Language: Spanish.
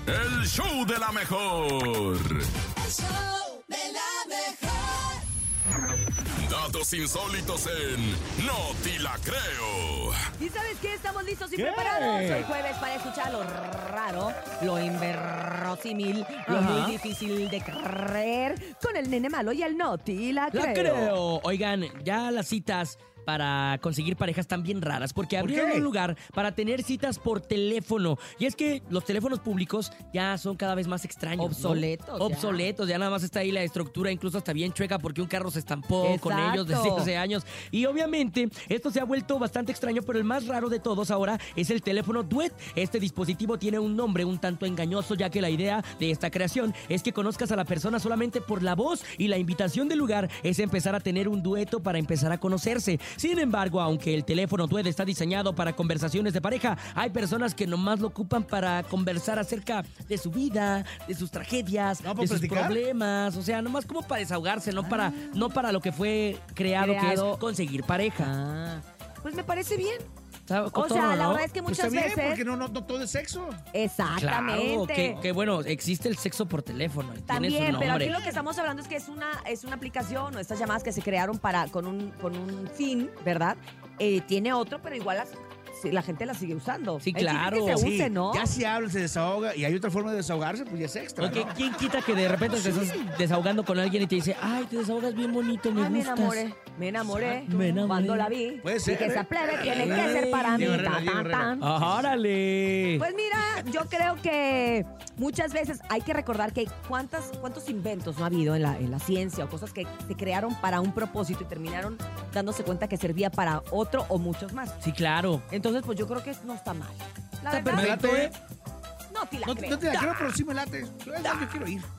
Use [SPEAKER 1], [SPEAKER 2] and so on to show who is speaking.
[SPEAKER 1] El show de la mejor.
[SPEAKER 2] El show de la mejor.
[SPEAKER 1] Datos insólitos en No Ti La Creo.
[SPEAKER 3] ¿Y sabes qué? Estamos listos y
[SPEAKER 4] ¿Qué?
[SPEAKER 3] preparados hoy jueves para escuchar lo raro, lo inverosímil, lo muy difícil de creer con el nene malo y el noti. La creo.
[SPEAKER 5] La creo. Oigan, ya las citas para conseguir parejas están bien raras porque abrieron
[SPEAKER 4] qué?
[SPEAKER 5] un lugar para tener citas por teléfono. Y es que los teléfonos públicos ya son cada vez más extraños. ¿no?
[SPEAKER 3] Obsoletos ya.
[SPEAKER 5] Obsoletos. Ya nada más está ahí la estructura, incluso hasta bien chueca porque un carro se estampó con
[SPEAKER 3] Exacto.
[SPEAKER 5] ellos desde hace años. Y obviamente esto se ha vuelto bastante extraño, pero el más raro de todos ahora es el teléfono Duet. Este dispositivo tiene un nombre un tanto engañoso, ya que la idea de esta creación es que conozcas a la persona solamente por la voz y la invitación del lugar es empezar a tener un dueto para empezar a conocerse. Sin embargo, aunque el teléfono Duet está diseñado para conversaciones de pareja, hay personas que nomás lo ocupan para conversar acerca de su vida, de sus tragedias,
[SPEAKER 4] No,
[SPEAKER 5] de
[SPEAKER 4] ¿para
[SPEAKER 5] sus
[SPEAKER 4] platicar?
[SPEAKER 5] problemas, o sea, nomás como para desahogarse, no para no para lo que fue creado, que
[SPEAKER 3] Ah. Creado.
[SPEAKER 5] es conseguir pareja.
[SPEAKER 3] Ah, pues me parece bien.
[SPEAKER 5] Está
[SPEAKER 3] O
[SPEAKER 5] cotorro,
[SPEAKER 3] sea, la
[SPEAKER 5] ¿no?
[SPEAKER 3] verdad es que
[SPEAKER 4] Pues
[SPEAKER 3] muchas
[SPEAKER 4] está bien,
[SPEAKER 3] veces.
[SPEAKER 4] porque no, no, no todo es sexo.
[SPEAKER 5] Claro,
[SPEAKER 3] Exactamente.
[SPEAKER 5] que, que bueno, existe el sexo por teléfono. y tiene su
[SPEAKER 3] También,
[SPEAKER 5] nombre.
[SPEAKER 3] pero aquí lo que estamos hablando es que es una, es una aplicación o estas llamadas que se crearon para, con, un, con un fin, ¿verdad? Eh, tiene otro, pero igual las- sí, la gente la sigue usando.
[SPEAKER 5] Sí,
[SPEAKER 3] El chiste es
[SPEAKER 5] claro.
[SPEAKER 3] Que se
[SPEAKER 4] Sí,
[SPEAKER 3] use, ¿no?
[SPEAKER 4] Ya si hablan, se desahoga y hay otra forma de desahogarse, pues ya es extra.
[SPEAKER 5] Porque
[SPEAKER 4] ¿no?
[SPEAKER 5] ¿Quién quita que de repente te estás desahogando con alguien y te dice, ay, te desahogas bien bonito, me
[SPEAKER 3] Ay, me
[SPEAKER 5] gustas"?
[SPEAKER 3] enamoré, me enamoré,
[SPEAKER 5] Exacto. Me enamoré.
[SPEAKER 3] cuando la vi.
[SPEAKER 4] Puede ser,
[SPEAKER 3] Y que esa
[SPEAKER 4] ¿eh?
[SPEAKER 3] plebe tiene
[SPEAKER 5] Ay.
[SPEAKER 3] que ser para mí.
[SPEAKER 4] Diego Herrera,
[SPEAKER 3] tan,
[SPEAKER 4] Diego
[SPEAKER 3] tan,
[SPEAKER 4] Herrera.
[SPEAKER 3] tan.
[SPEAKER 5] Ah, ¡Órale!
[SPEAKER 3] Pues mira, yo creo que muchas veces hay que recordar que cuántas, cuántos inventos no ha habido en la, en la ciencia o cosas que se crearon para un propósito y terminaron dándose cuenta que servía para otro o muchos más.
[SPEAKER 5] Sí, claro.
[SPEAKER 3] Entonces, pues yo creo que no está mal. La
[SPEAKER 5] Está
[SPEAKER 3] verdad,
[SPEAKER 5] perfecto,
[SPEAKER 4] Me late.
[SPEAKER 5] ¿eh?
[SPEAKER 3] no te la
[SPEAKER 4] No,
[SPEAKER 3] creo.
[SPEAKER 4] no te la creo, pero sí me late. Yo, yo quiero ir.